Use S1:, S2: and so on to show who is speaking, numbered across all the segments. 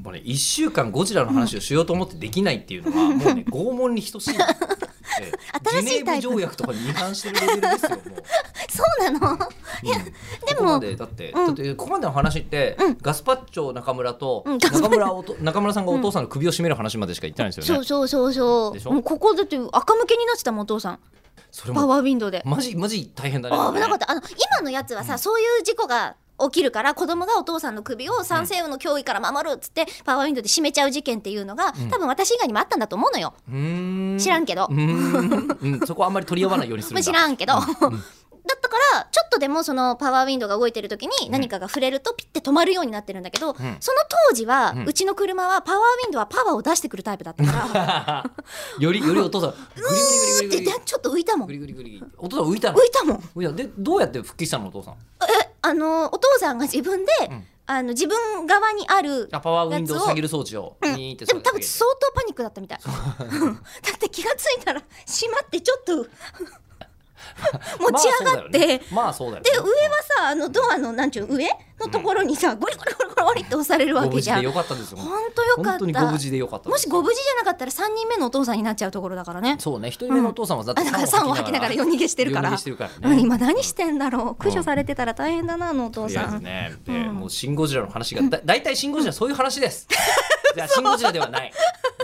S1: もうね1週間ゴジラの話をしようと思ってできないっていうのは、もうね拷問に 等しい、ええ
S2: 新しい
S1: ジュネーブ
S2: タイプ
S1: 条約とかに違反してるレベルですよもう。
S2: そうなのいや
S1: うん
S2: でも
S1: ここまでだって、
S2: うん
S1: だってここまでの話って、ガスパッチョ中村と、
S2: うんガスパッチョ
S1: 中村おと中村さんがお父さんの首を絞める話までしか言ってないんですよ
S2: そ
S1: ね。
S2: うそうそうそ
S1: でし
S2: う
S1: ょ
S2: もうここだって赤向けになってたもんお父さん
S1: それ
S2: パ
S1: も
S2: ワーウィンドウで
S1: マジマジ大変だね。
S2: あ危なかったあの今のやつはさ、そういう事故が起きるから子供がお父さんの首を酸性雨の脅威から守るっつって、パワーウィンドウで締めちゃう事件っていうのが、多分私以外にもあったんだと思うのよ
S1: うーん
S2: 知らんけ
S1: う
S2: ど
S1: ーんうんそこはあんまり取り合わないようにする
S2: ま
S1: んだ
S2: あ知らんけど、だったからちょっとでもそのパワーウィンドウが動いてる時に何かが触れるとピッて止まるようになってるんだけど、その当時は、うちの車はパワーウィンドウはパワーを出してくるタイプだったから
S1: よりよりお父さんグリグリグリグリ
S2: でちょっと浮いたもん
S1: グ
S2: 浮い
S1: リグリグリお父さん浮いたの
S2: たもん
S1: 浮いたでどうやって復帰したのお父さん
S2: え あのお父さんが自分で、あの自分側にある
S1: あパワーウィンドウを下げる装置をにーって
S2: でも多分相当パニックだったみ たい だって気がついたら閉まってちょ っと持ち上がって、
S1: まあそうだよね
S2: で上はさあのドアのなんちゅう上のところにさ、ゴリゴリゴリゴリゴリって押される
S1: まあ
S2: わ
S1: ご無
S2: けじ
S1: 事
S2: ゃ
S1: で
S2: ん
S1: よかったですよ
S2: ほんとよか
S1: 本
S2: っ
S1: 当にご
S2: た
S1: 無事でよかった
S2: もしご無事じゃなかったら3人目のお父さんになっちゃうところだからね
S1: そうね一人目のお父さんはだって
S2: あだから酸を吐きながら夜逃げしてるから
S1: 夜逃げしてるから
S2: うん
S1: ね
S2: 今何してんだろう駆除されてたら大変だなあのお
S1: と
S2: 父
S1: りあえ
S2: さ
S1: ず
S2: ん、
S1: ね、で、もうシンゴジラの話がだ、大体シンゴジラそういう話 です。じゃあシンゴジラではない。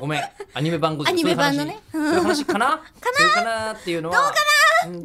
S1: ごめん、アニメ版ゴジラ。
S2: アニメ版のね
S1: そういう話そういう話かな。かな。そういうかなっていうのは。うん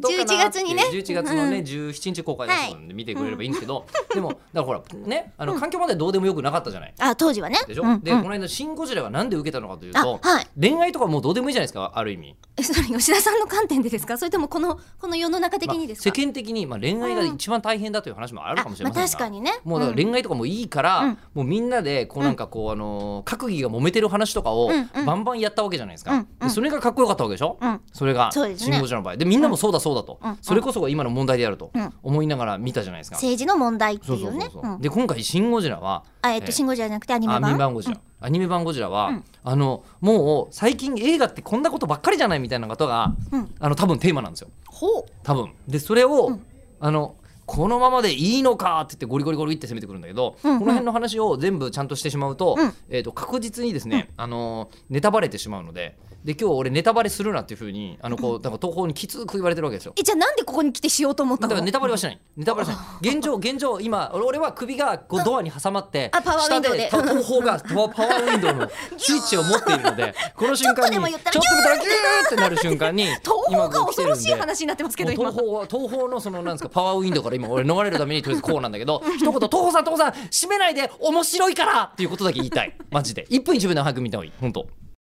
S1: どうかな。
S2: 11月にね
S1: 十一月のね、十七日公開だそうなんで、見てくれればいいんですけど。でも、だからほら、ね、あの環境までどうでもよくなかったじゃない。
S2: あ当時はね
S1: でしょ、
S2: うんうん
S1: で、この間シンゴジラがなんで受けたのかというと。
S2: あはい
S1: 恋愛とかもうどうでもいいじゃないですか、ある意味。
S2: えそれ吉田さんの観点でですかそれともこのこの世の中的
S1: まあ
S2: にです
S1: 世
S2: か、
S1: 間的に、まあ、恋愛が一番大変だという話もあるかもしれません
S2: あ
S1: が、
S2: まあ確かにね
S1: もうだから
S2: うん
S1: 恋愛とかもいいから、
S2: うん
S1: もうみんなでこうなんかこう、あのー閣議が揉めてる話とかを
S2: うんうん
S1: バンバンやったわけじゃないですか、
S2: うんう
S1: で
S2: ん
S1: それがかっこよかったわけでしょ、
S2: うん
S1: それが
S2: そうですね
S1: シンゴジラの場合でみんなもそうだそうだと、
S2: うん
S1: それこそが今の問題であると
S2: うん
S1: 思いながら見たじゃないですか、
S2: 政治の問題って
S1: そう
S2: い
S1: そう
S2: う
S1: そう
S2: ね
S1: そう、
S2: うん
S1: で今回シン・ゴジラは
S2: あえっ
S1: えー
S2: と信号じゃなくてアニメ
S1: アニ
S2: 版
S1: メ版ゴジラ、アニメ版ゴジラは、あのもう最近映画ってこんなことばっかりじゃないみたいなことが、
S2: うん
S1: あの多分テーマなんですよ
S2: ほう
S1: 多分でそれを、あのこのままでいいのかって言ってゴリゴリゴリって攻めてくるんだけど、
S2: うんうん
S1: この辺の話を全部ちゃんとしてしまうと,、
S2: うん
S1: えー、と確実にですね、あのーネタバレてしまうのでで今日俺ネタバレするなっていうふうにあのこうなんか東方にきつく言われてるわけですよ。
S2: えじゃあなんでここに来てしようと思った
S1: だから
S2: の
S1: ネタバレはしないネタバレはし ない現状現状今俺は首がこうドアに挟まって
S2: あパワーウィンドウで
S1: 下東方がパ ワーパワーウィンドウのスイッチを持っているのでこの瞬間に
S2: ちょっとでも言ったら
S1: ちょっとだけギューってなる瞬間に
S2: 東
S1: 今
S2: 方
S1: こ
S2: が
S1: う来て
S2: 恐
S1: る
S2: ろ
S1: ん
S2: し
S1: で
S2: い話になってますけど
S1: もう
S2: 今
S1: 東宝は東宝のそのなんですかパワーウィンドウから今俺逃れるためにとりあえずこうなんだけど 一言東宝さん東宝さん閉めないで面白いからっていうことだけ言いたいマジで1分1秒の早く見た方がいい本当